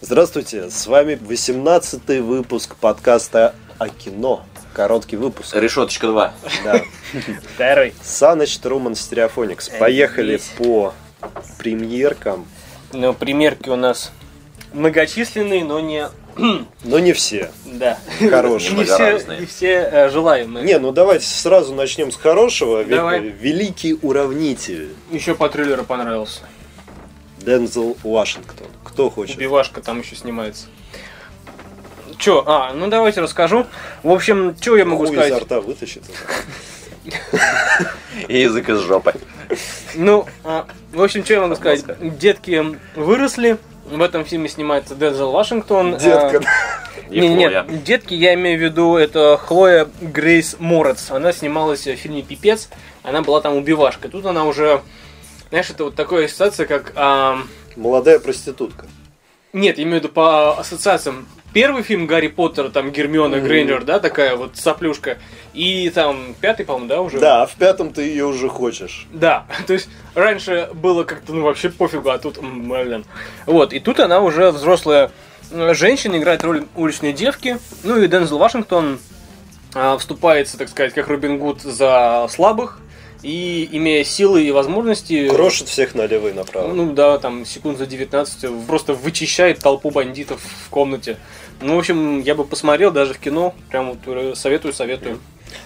Здравствуйте, с вами 18-й выпуск подкаста о кино. Короткий выпуск, Решеточка 2. да. Второй. Саныч, Труман, Стереофоникс. Поехали Э, есть. по премьеркам, Ну, примерки у нас многочисленные, но не... но не все Да. хорошие. Не все, разные. не все э, желаемые. Не, ну давайте сразу начнем с хорошего. Ве- Давай. Великий уравнитель Еще по трейлеру понравился. Дензел Вашингтон. Кто хочет? Убивашка там еще снимается. Че, а, ну давайте расскажу. В общем, что я могу Хуй изо сказать? рта вытащит. И язык из жопы. Ну, а, в общем, что я могу сказать? Подмазка. Детки выросли. В этом фильме снимается Дензел Вашингтон. Детка. И Не, нет, Хлоя. детки, я имею в виду, это Хлоя Грейс Морец. Она снималась в фильме «Пипец», она была там убивашкой. Тут она уже, знаешь, это вот такая ситуация, как... ам, Молодая проститутка. нет, я имею в виду по ассоциациям. Первый фильм Гарри Поттера, там Гермиона Мгм. Грейнджер, да, такая вот соплюшка. И там пятый, по-моему, да, уже? Да, а в пятом ты ее уже хочешь. Да, то есть раньше было как-то, ну, вообще пофигу, а тут, м, блин. Вот, и тут она уже взрослая э, женщина, играет роль уличной девки. Ну и Дензел Вашингтон э, вступается, так сказать, как Робин Гуд за слабых. И, имея силы и возможности... Крошит всех налево и направо. Ну да, там секунд за 19 просто вычищает толпу бандитов в комнате. Ну, в общем, я бы посмотрел даже в кино. Прям вот э, советую, советую.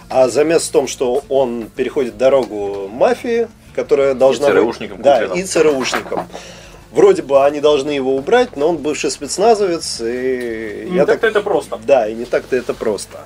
А замес в том, что он переходит дорогу мафии, которая должна... И ЦРУшникам, Да, кучерам. и ЦРУшникам. Вроде бы они должны его убрать, но он бывший спецназовец, и... Не так-то это просто. Да, и не так-то это просто.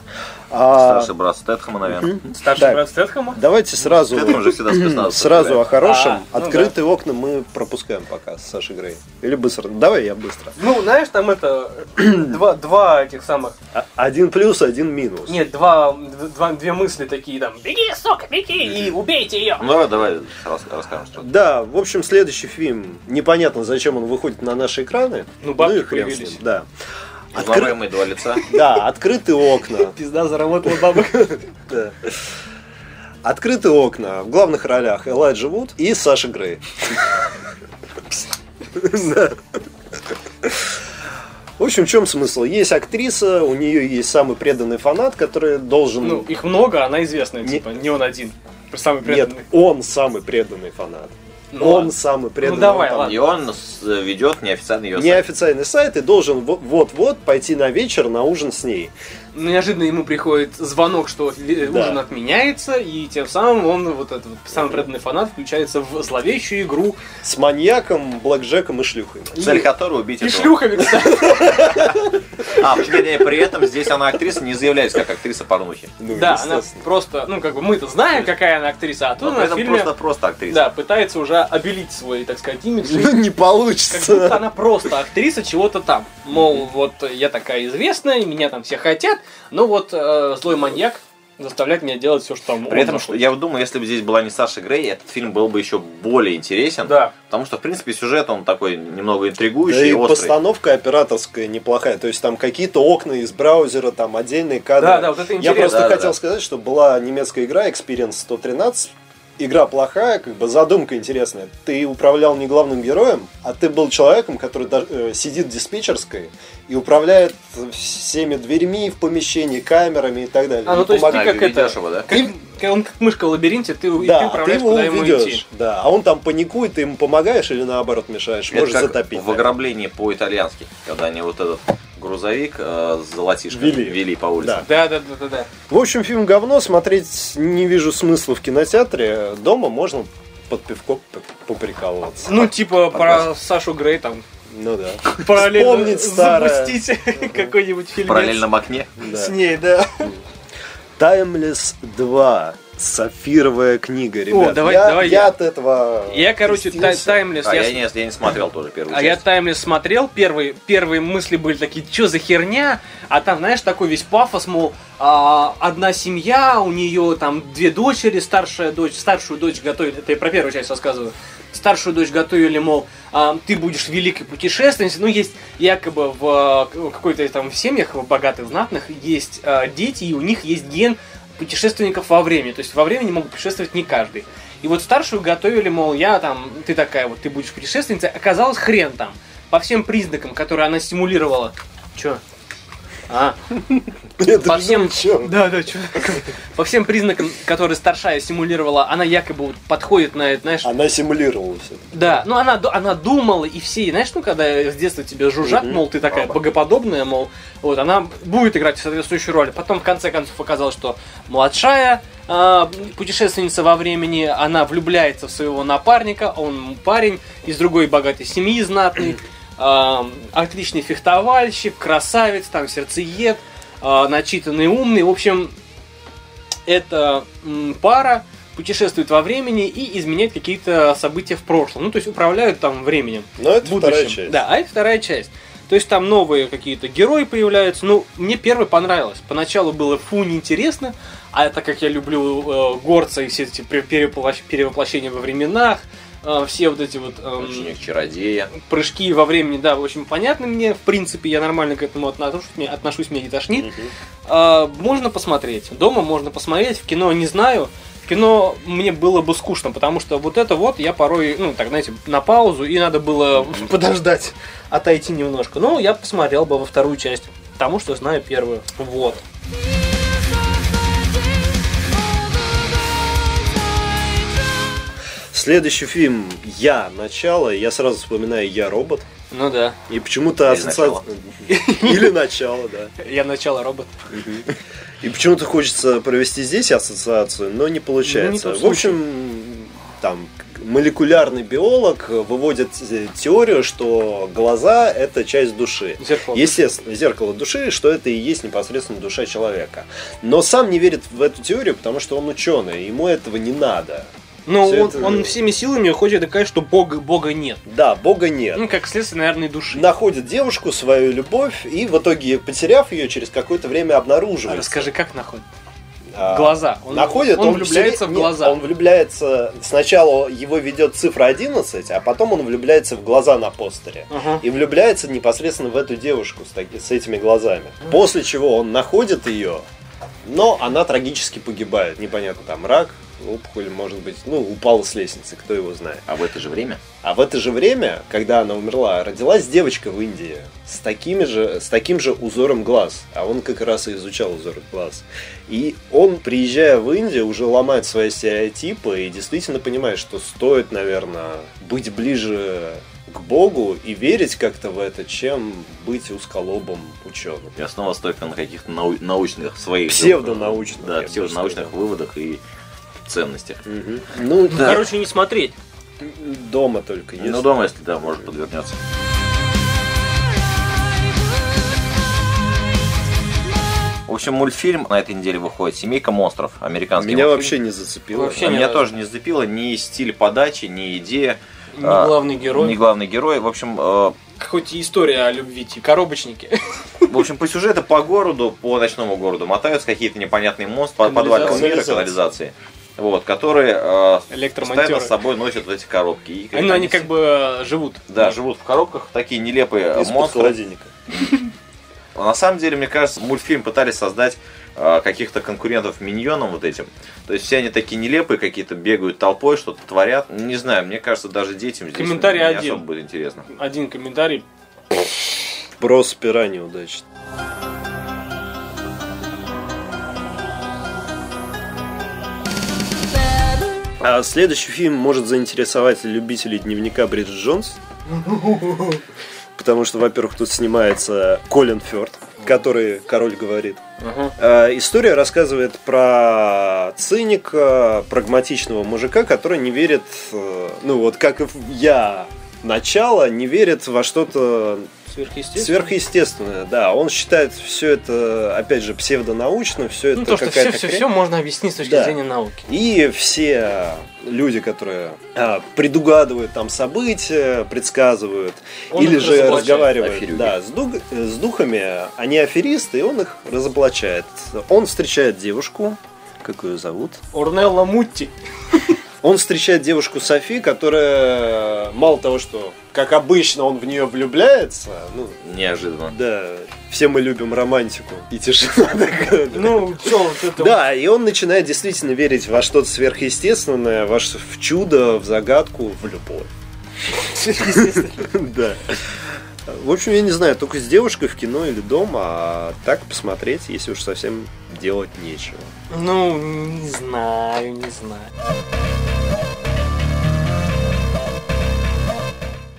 А, Старший брат Стэтхэма, наверное. Старший Так. брат Стэтхэма? Давайте сразу... Стэтхэм же всегда спецназ. Сразу о хорошем. А, ну Открытые окна мы пропускаем пока с Сашей Грей. Или быстро. Давай я быстро. Ну, знаешь, там это два, два этих самых. А- Один плюс, один минус. Нет, два, два- две мысли такие там. Беги, сука, беги и убейте ее. Ну, давай, давай рас- расскажем, что Да, в общем, следующий фильм. Непонятно, зачем он выходит на наши экраны. Ну, бабки и хрен с ним, появились. Да. Откры- Изломаемые два лица. Да, открытые окна. Пизда заработала бабок. Да. Открытые окна. В главных ролях Элайджа Вуд и Саша Грей. Да. В общем, в чем смысл? Есть актриса, у нее есть самый преданный фанат, который должен... Ну, их много, она известная, Не- типа, не он один. Самый Нет, преданный. он самый преданный фанат. Ну, он ладно. самый преданный. давай, он там ладно. И он с- ведет неофициальный ее сайт. Неофициальный сайт и должен во- вот-вот пойти на вечер на ужин с ней. ну, Неожиданно ему приходит звонок, что ли- Да. ужин отменяется, и тем самым он, вот этот вот самый преданный фанат, включается в зловещую игру. С маньяком, блэкджеком и шлюхой. Цель которой убить И этого. шлюхами, кстати. А, не, при этом здесь она актриса не заявляется как актриса порнухи. Ну, Да, она естественно. просто, ну, как бы мы-то знаем, какая она актриса, а Но тут при она в этом фильме... просто просто актриса. Да, пытается уже обелить свой, так сказать, имидж. Ну, не Как будто получится. она просто актриса чего-то там. Мол, вот я такая известная, меня там все хотят, но вот э, злой маньяк заставляет меня делать все, что там. При этом, что я вот думаю, если бы здесь была не Саша Грей, этот фильм был бы еще более интересен. Да. Потому что, в принципе, сюжет он такой немного интригующий Да и и острый. постановка операторская неплохая. То есть там какие-то окна из браузера, там отдельные кадры. Да, да, вот это Я интересно. просто Да, да, хотел да. сказать, что была немецкая игра Experience 113. Игра плохая, как бы задумка интересная. Ты управлял не главным героем, а ты был человеком, который до- э, сидит в диспетчерской и управляет всеми дверьми в помещении, камерами и так далее. А, ну, И то есть ты помогает. как ведёшь это- его, да? Как- как он как мышка в лабиринте, ты, и ты да, ты управляешь, его куда ему идти. уведешь, да, а он там паникует, ты ему помогаешь или наоборот мешаешь, Это можешь как затопить. в ограблении по-итальянски, когда они вот этот грузовик э, с золотишкой Вели. вели, по улице. Да. Да, да, да, да, да. В общем, фильм говно, смотреть не вижу смысла в кинотеатре. Дома можно под пивко п- поприкалываться. Ну, типа про Понравилось. Сашу Грей там. Ну да. Параллельно Вспомнить старое. запустить какой-нибудь В фильм параллельном окне. с да. ней, да. Таймлес 2. Сапфировая книга, ребят. давай- я, давай я я. от этого Я, короче, тай- крестился. таймлес. А я я, не, я не смотрел тоже первую А я часть. таймлес смотрел, первые, первые мысли были такие, что за херня? А там, знаешь, такой весь пафос, мол, а, одна семья, у нее там две дочери, старшая дочь, старшую дочь готовили, это я про первую часть рассказываю, старшую дочь готовили, мол, а, ты будешь великой путешественницей, ну, есть якобы в э, какой-то там в семьях в богатых, знатных, есть э, дети, и у них есть ген путешественников во времени. То есть во времени могут путешествовать не каждый. И вот старшую готовили, мол, я там, ты такая вот, ты будешь путешественницей. Оказалось, хрен там. по всем признакам, которые она стимулировала. Чё? А, Я по даже всем... думал, чё? Да, да, чё? По всем признакам, которые старшая стимулировала, она якобы вот подходит на это, знаешь... Она симулировала все. Да, ну она, ду- она думала, и все, знаешь, ну когда с детства тебе жужжат, Мгм. мол, ты такая богоподобная, мол, вот, она будет играть соответствующую роль. Потом, в конце концов, оказалось, что младшая а, путешественница во времени, она влюбляется в своего напарника, он парень из другой богатой семьи знатный, а, отличный фехтовальщик, красавец, там, сердцеед, а, начитанный, умный, в общем, эта м, пара путешествует во времени и изменяет какие-то события в прошлом. Ну, то есть управляют там временем. Но это вторая будущим. часть. Да, а это вторая часть. То есть там новые какие-то герои появляются. Ну, мне первый понравилось. Поначалу было фу, неинтересно. А так как я люблю э, горца и все эти пре- перевоплощ- перевоплощения во временах, э, все вот эти вот эм, Ученик чародея. прыжки во времени, да, очень понятны мне. В принципе, я нормально к этому отношусь, мне- отношусь, меня не тошнит. Мгм. А, можно посмотреть. Дома можно посмотреть, в кино не знаю. В кино мне было бы скучно, потому что вот это вот я порой, ну, так, знаете, на паузу, и надо было подождать, отойти немножко. Ну, я посмотрел бы во вторую часть, потому что знаю первую. Вот. Следующий фильм «Я. Начало». Я сразу вспоминаю «Я робот». Ну да, И почему-то Или ассоциация... Или начало, да. я начало робот. И почему-то хочется провести здесь ассоциацию, но не получается. Ну, не тот в общем, там к- молекулярный биолог выводит э, теорию, что глаза это часть души. Зеркало. Естественно, зеркало души, что это и есть непосредственно душа человека. Но сам не верит в эту теорию, потому что он ученый, ему этого не надо. Ну, всё он, это- он всеми силами хочет доказать, что бога, бога нет. Да, Бога нет. Ну, как следствие, наверное, и души. Находит девушку, свою любовь, и в итоге, потеряв ее, через какое-то время А обнаруживает. Расскажи, как находит? А, Глаза. Он, находит, он, он влюбляется всери- в нет, глаза. он влюбляется, сначала его ведет цифра 11, а потом он влюбляется в глаза на постере. Ага. И влюбляется непосредственно в эту девушку с, таки- с этими глазами. После чего он находит ее, но она трагически погибает. Непонятно, там рак, опухоль, может быть, ну, упала с лестницы, кто его знает. А в это же время? А в это же время, когда она умерла, родилась девочка в Индии с, такими же, с таким же узором глаз. А он как раз и изучал узор глаз. И он, приезжая в Индию, уже ломает свои стереотипы и действительно понимает, что стоит, наверное, быть ближе к Богу и верить как-то в это, чем быть узколобым ученым. И основа стойка на каких-то нау- научных своих... Псевдонаучных, я Да, бы псевдонаучных сказал. выводах и ценностях. Ну, Да. Короче, не смотреть. дома только есть. Ну, дома, если да, может подвернется. В общем, мультфильм на этой неделе выходит «Семейка монстров». Американский Меня мультфильм. вообще не зацепило. Вообще не Меня разу. тоже не зацепило ни стиль подачи, ни идея, Не А, главный герой. ни главный герой. В общем, э, Хоть и история о любви, типа коробочники. В общем, по сюжету, по городу, по ночному городу мотаются какие-то непонятные монстры по подвального мира, Канализация. канализации. Вот, которые э, Электромонтеры. постоянно с собой носят вот эти коробки. И Ну, они как бы э, живут. Да, живут в коробках, такие нелепые э, Из-под монстры. холодильника. На самом деле, мне кажется, мультфильм пытались создать э, каких-то конкурентов миньонам вот этим. То есть все они такие нелепые, какие-то бегают толпой, что-то творят. Не знаю, мне кажется, даже детям здесь Комментарий не один. особо будет интересно. Один комментарий. Про спирание удачи. А следующий фильм может заинтересовать любителей дневника Бриджит Джонс. Потому что, во-первых, тут снимается Колин Фёрд, который король говорит. Э, История рассказывает про циника, прагматичного мужика, который не верит, э, ну вот как и в- я начало, не верит во что-то Сверхъестественно. Сверхъестественное, да. Он считает все это, опять же, псевдонаучно, все это Ну, то, что все, какая-то все, хрень. все можно объяснить с точки Да. зрения науки. И все а, люди, которые а, предугадывают там события, предсказывают, Он или их же разоблачает, разговаривают аферюги. да, с, дуг- э, с духами, они аферисты, и он их разоблачает. Он встречает девушку, как ее зовут? Орнелла Мутти. Он встречает девушку Софи, которая мало того, что, как обычно, он в нее влюбляется, ну, Неожиданно. Да, все мы любим романтику и тишина такая. Ну, что вот это вот. Да, и он начинает действительно верить во что-то сверхъестественное, во ш- в чудо, в загадку, в любовь. Естественно. Да. В общем, я не знаю, только с девушкой в кино или дома, а так посмотреть, если уж совсем делать нечего. Ну, не знаю, не знаю.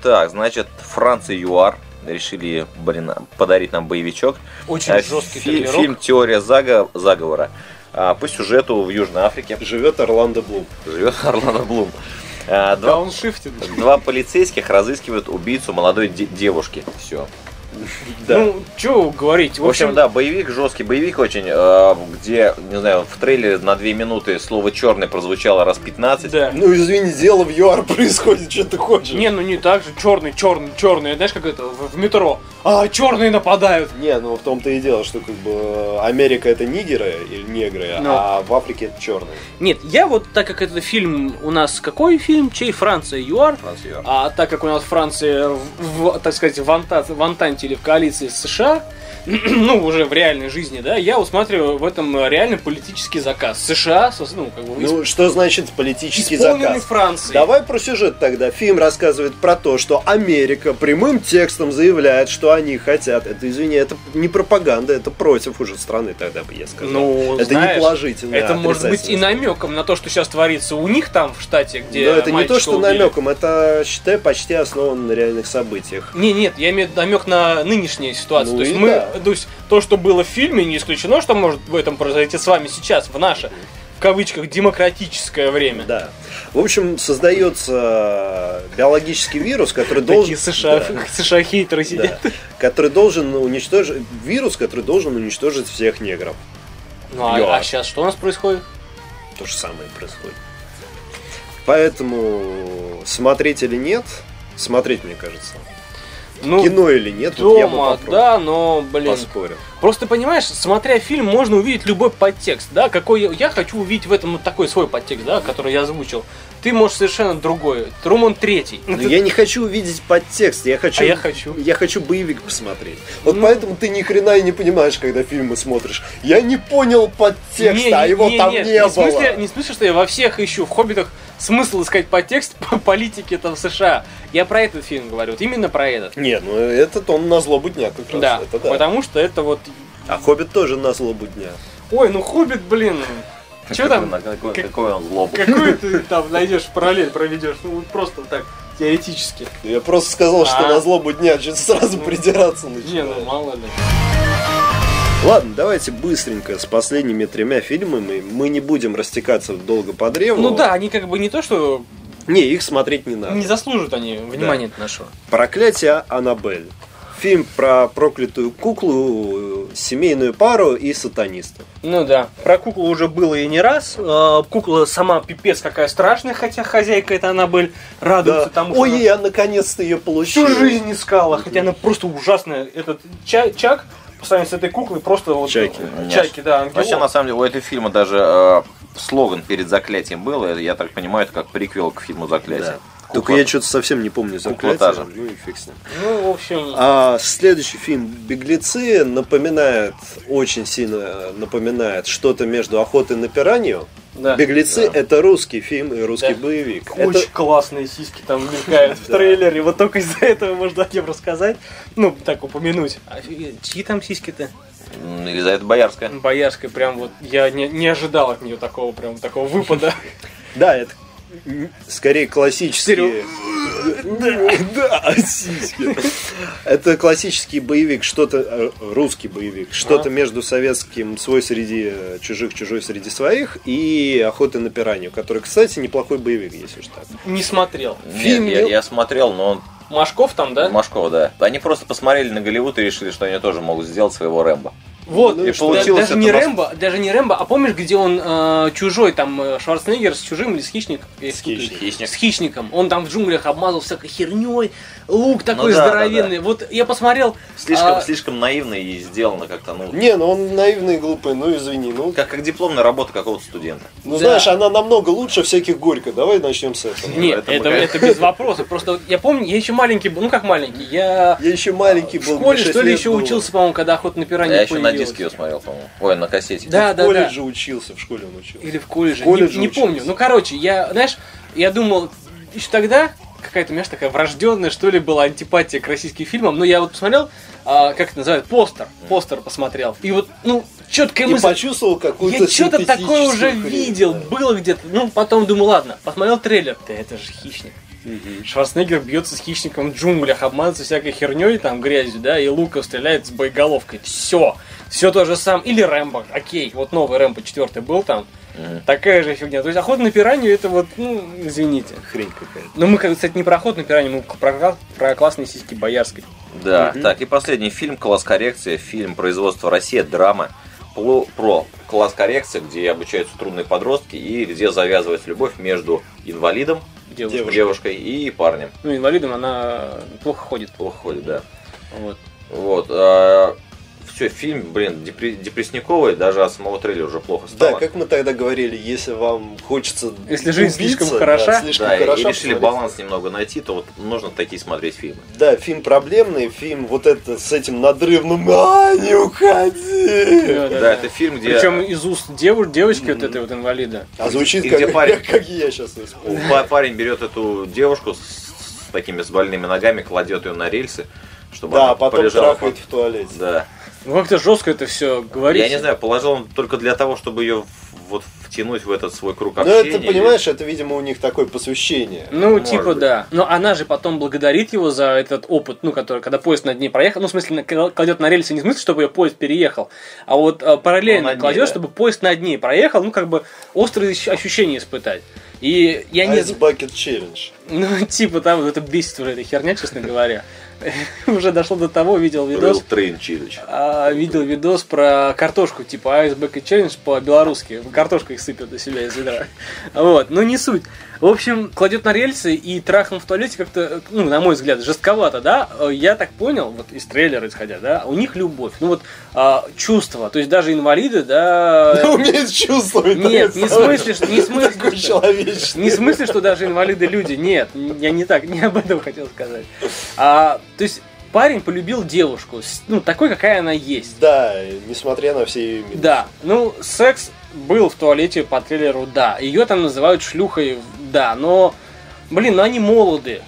Так, значит, Франция ЮАР решили, блин, подарить нам боевичок. Очень А, жесткий фи- фильм. Фильм «Теория заго- заговора». А, По сюжету в Южной Африке Живет Орландо Блум. живет Орландо Блум. А, Два Дауншифтед. Два полицейских разыскивают убийцу молодой де- девушки. Все. Ну, что говорить. В общем, да, боевик, жесткий боевик очень, э, где, не знаю, в трейлере на две минуты слово черный прозвучало раз 15. да. Ну, извини, дело в ЮАР происходит, что ты хочешь. Не, ну не так же. Черный, черный, черный. Знаешь, как это в в метро. А, черные нападают. Не, ну в том-то и дело, что как бы Америка это нигеры или негры, Ну. а в Африке это черные. Нет, я вот, так как это фильм у нас какой фильм, чей Франция ЮАР, Франц Юар. а так как у нас Франция, в, в, так сказать, в, анта- в Антанте или в коалиции с США, ну, уже в реальной жизни, да, я усматриваю в этом э, реально политический заказ. США, со- ну, как бы, исп- Ну, что значит политический исполненный заказ? Францией. Давай про сюжет тогда. Фильм рассказывает про то, что Америка прямым текстом заявляет, что они хотят. Это, извини, это не пропаганда, это против уже страны тогда бы я сказал. Ну, это знаешь, не положительно. Это может быть и намеком на то, что сейчас творится у них там в штате, Но где это не мальчика то, что убили. намеком, это, считай, почти основано на реальных событиях. Не, нет, я имею в виду намек на нынешнюю ситуацию. Ну то есть и мы, да. то есть то, что было в фильме, не исключено, что может в этом произойти с вами сейчас, в наше, в кавычках, демократическое время. Да. В общем, создается биологический вирус, который должен... Такие США, Да. США хейтеры Да. сидят. Который должен уничтожить... Вирус, который должен уничтожить всех негров. Ну а, Йо. сейчас что у нас происходит? То же самое происходит. Поэтому смотреть или нет, смотреть, мне кажется. Ну, Кино или нет, вот я бы дома, попробовал. да, но, блин. Поспорил. Просто понимаешь, смотря фильм, можно увидеть любой подтекст, да, какой я, я хочу увидеть в этом вот такой свой подтекст, да, который я озвучил. Ты можешь совершенно другой. Труман третий. Но я не хочу увидеть подтекст, я хочу... А я хочу. Я хочу боевик посмотреть. Вот Ну. поэтому ты ни хрена и не понимаешь, когда фильмы смотришь. Я не понял подтекста, Не, а не, его не, там нет, не, не было. в смысле, не в смысле, что я во всех ищу. В «Хоббитах» смысл искать подтекст по политике там США. Я про этот фильм говорю, вот именно про этот. Не, ну этот он на злобу дня как раз. Да, это да. потому что это вот... А Хоббит тоже на злобу дня. Ой, ну «Хоббит», блин, чё там? Какой, Как- какой он злоб. какую ты там найдешь параллель, проведешь, ну вот просто так, теоретически. Я просто сказал, что А. на злобу дня, что сразу Ну. придираться Не, начинаю. ну мало ли. Ладно, давайте быстренько с последними тремя фильмами. Мы не будем растекаться долго по древу. Ну да, они как бы не то, что Не, их смотреть не надо. не заслуживают они внимания нашего. Проклятие Аннабель. Фильм про проклятую куклу, э, семейную пару и сатанистов. Ну да. Про куклу уже было и не раз. Э, Кукла сама пипец какая страшная, хотя хозяйка это она был радуется тому, что Ой, она я наконец-то ее получил. всю жизнь искала, хотя она просто ужасная. Этот Ча- Чак по сравнению с этой куклой просто вот... Чаки. Чаки, да. ангелок. Вообще, на самом деле, у этого фильма даже э, слоган перед заклятием был. Это, Я так понимаю, это как приквел к фильму «Заклятие». Да. Только я что-то совсем не помню Кукла заклятие. та же. Ну и фиг с ним. Ну, в общем... А следующий фильм «Беглецы» напоминает, очень сильно напоминает что-то между «Охотой на пиранью». Да. «Беглецы» Да. это русский фильм и русский Да. боевик. Это- Очень классные сиськи там мелькают в Да. трейлере. Вот только из-за этого можно о нем рассказать. Ну, так упомянуть. Офигеть, чьи там сиськи-то? М, Елизавета Боярская. Боярская, прям вот я не, не ожидал от нее такого прям такого выпада. Да, это м, скорее классические... Серё- Да, сиськи. Это классический боевик, что-то э, русский боевик, что-то между советским «Свой среди э, чужих, чужой среди своих» и «Охота на пиранью», который, кстати, неплохой боевик, если уж так. Не смотрел. Нет, Фильм я, не- я смотрел, но он Машков там, да? Машкова, да. Они просто посмотрели на Голливуд и решили, что они тоже могут сделать своего Рэмбо. Вот. Ну, и что? получилось даже это не у нас- Рэмбо, даже не Рэмбо, а помнишь, где он э, чужой, там э, Шварценеггер с чужим или с хищником? Э, С хищником. Хищник. С хищником. Он там в джунглях обмазал всякой херней, лук такой Ну да, да, здоровенный. Вот я посмотрел. Слишком, а, слишком наивно и сделано как-то, ну, Не, ну он наивный и глупый, ну извини. Ну, как, как дипломная работа какого-то студента. ну Да. знаешь, она намного лучше всяких горько. Давай начнем с этого. Нет, ну это это, мы, это, конечно. без вопросов. Просто я помню, я еще маленький был, ну как маленький, я Я еще маленький в был. школе мне шесть что ли лет еще было. учился, по-моему, когда охота на пираньи я еще на появилась. диске ее смотрел, по-моему. Ой, на кассете. Да, В да, да. колледже учился, в школе он учился. Или в колледже. В колледже не, не учился. помню. Ну, короче, я, знаешь, я думал еще тогда, какая-то, у меня ж такая врожденная, что ли, была антипатия к российским фильмам. Но я вот посмотрел, а, как это называют, постер. Постер посмотрел. И вот, ну, четкая И мысль. почувствовал какую-то Я что-то такое уже синтетическую хрень, видел, да. было где-то. Ну, потом думаю, ладно, посмотрел трейлер. Да это же хищник. Шварценеггер бьется с хищником в джунглях, обманывается всякой херней, там, грязью, да, и Луков стреляет с боеголовкой. Все. Все то же самое. Или Рэмбо. Окей, вот новый Рэмбо четвертый был там. Такая же фигня. То есть охота на пиранью это вот, ну, извините. Хрень какая-то. Ну, мы, как- кстати, не про охоту на пиранью, мы про, про классные сиськи боярской. Да, Мгм. так, и последний фильм «Класс коррекции», фильм производства «Россия», драма пло- про класс коррекции, где обучаются трудные подростки и где завязывается любовь между инвалидом, Девушка. Девушка. девушкой и парнем. Ну, инвалидом она плохо ходит. Плохо ходит, да. Вот. Вот. все, фильм, блин, депре- депрессниковый, даже от самого трейлера уже плохо стало. Да, как мы тогда говорили, если вам хочется Если жизнь слишком убиться, хороша. да, слишком Да, и- хороша, и решили посмотрите. баланс немного найти, то вот нужно такие смотреть фильмы. Да, фильм проблемный, фильм вот это с этим надрывным «А, не уходи!» Да, это фильм, где... Причем из уст девушки, девочки вот этой вот инвалида. А звучит И как, где парень? как я сейчас исполню. Па- Парень берет эту девушку с, с такими с больными ногами, кладет ее на рельсы, чтобы Да, она а потом полежала. трахает в туалете. Да. Ну, как-то жестко это все говорится. Я не знаю, положил он только для того, чтобы ее вот втянуть в этот свой круг Ну, общения. это, понимаешь, это, видимо, у них такое посвящение. Ну, Может типа, быть. да. Но она же потом благодарит его за этот опыт, ну, который, когда поезд над ней проехал. Ну, в смысле, на- когда кладет на рельсы не в смысле, чтобы ее поезд переехал, а вот э, Ну, параллельно над ней, кладет, да. чтобы поезд над ней проехал, ну, как бы острые ощ- ощущения испытать. И я не... Ice Bucket Challenge. Ну, типа, там это бесит уже эта херня, честно говоря. Уже дошло до того, видел видос. Real Train Challenge. А, видел видос про картошку, типа Ice Bucket Challenge по-белорусски. Картошку их сыпят на себя из ведра. Вот, ну не суть. В общем, кладет на рельсы и трахнул в туалете как-то, ну, на мой взгляд, жестковато, да? Э, Я так понял, вот из трейлера исходя, да, у них любовь. Ну вот а, чувства, то есть даже инвалиды, да... Умеет чувствовать. Нет, не в смысле, что- не в смысле, Ну, Такой что- человечный. не в смысле, что даже инвалиды люди, нет, я не так, не об этом хотел сказать. А, то есть парень полюбил девушку, с- ну, такой, какая она есть. Да, несмотря на все ее минусы. Да, ну, секс был в туалете по трейлеру, да. Ее там называют шлюхой, да, но, блин, ну они молоды.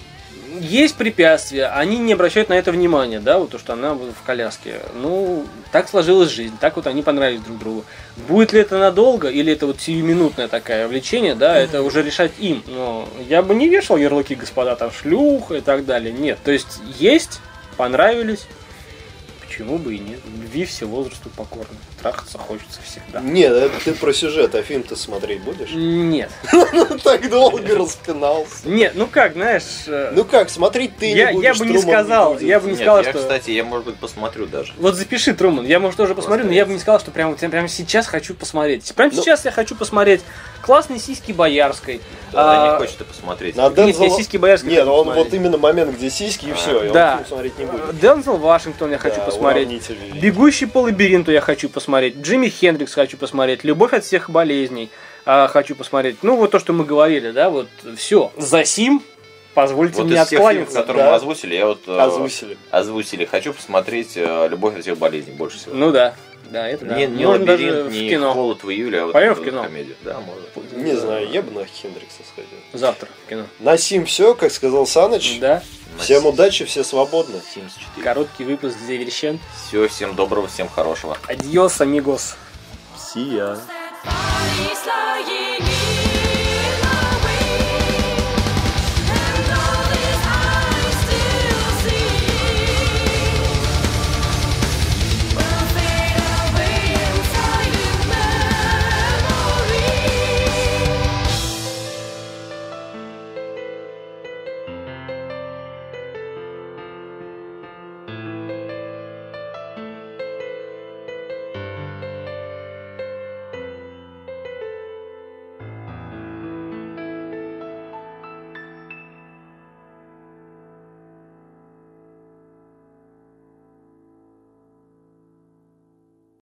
Есть препятствия, они не обращают на это внимания, да, вот то, что она вот в коляске. Ну, так сложилась жизнь, так вот они понравились друг другу. Будет ли это надолго, или это вот сиюминутное такое влечение, да, это уже решать им. Но я бы не вешал ярлыки, господа, там шлюха и так далее. Нет, то есть есть, понравились, Почему бы и нет? Любви все возрасту покорны. Трахаться хочется всегда. Нет, это ты про сюжет, а фильм ты смотреть будешь? Нет. Ну, Так долго распинался. Нет, ну как, знаешь... э, Ну как, смотреть ты я, не будешь, я бы не Труман сказал, будет. я бы не Нет, сказал, я, что... кстати, я, может быть, посмотрю даже. Вот запиши, Труман, я, может, тоже посмотрю, но я бы не сказал, что прямо, прямо сейчас хочу посмотреть. Прямо Ну. сейчас я хочу посмотреть классные сиськи Боярской. Да, А, не хочет и посмотреть. Надо- Нет, я Дензел- сиськи Боярской Нет, хочу он посмотреть. вот именно момент, где сиськи и все, и он А, Да. фильм смотреть не будет. Дензел Вашингтон я хочу Да, посмотреть. уравнитель великий. Бегущий по лабиринту я хочу посмотреть. Джимми Хендрикс хочу посмотреть. Любовь от всех болезней а, хочу посмотреть. Ну, вот то, что мы говорили, да, вот все. За сим позвольте Вот мне из всех фильмов, откланяться. которые да. мы озвучили, я вот э, Озвусили. озвучили. Хочу посмотреть э, «Любовь от всех болезней» больше всего. Ну да, да, это да. не не Можно даже «Лабиринт», в не кино. «Холод в июле», а вот Пойдем в эту кино. комедию. Да, можно. Не знаю, я бы на Хендрикса сходил. Завтра в кино. На сим все, как сказал Саныч. Да, Всем удачи, все свободны. 74. короткий выпуск Зеверщен. Все, всем доброго, всем хорошего. Адьос, амигос. Слои, слои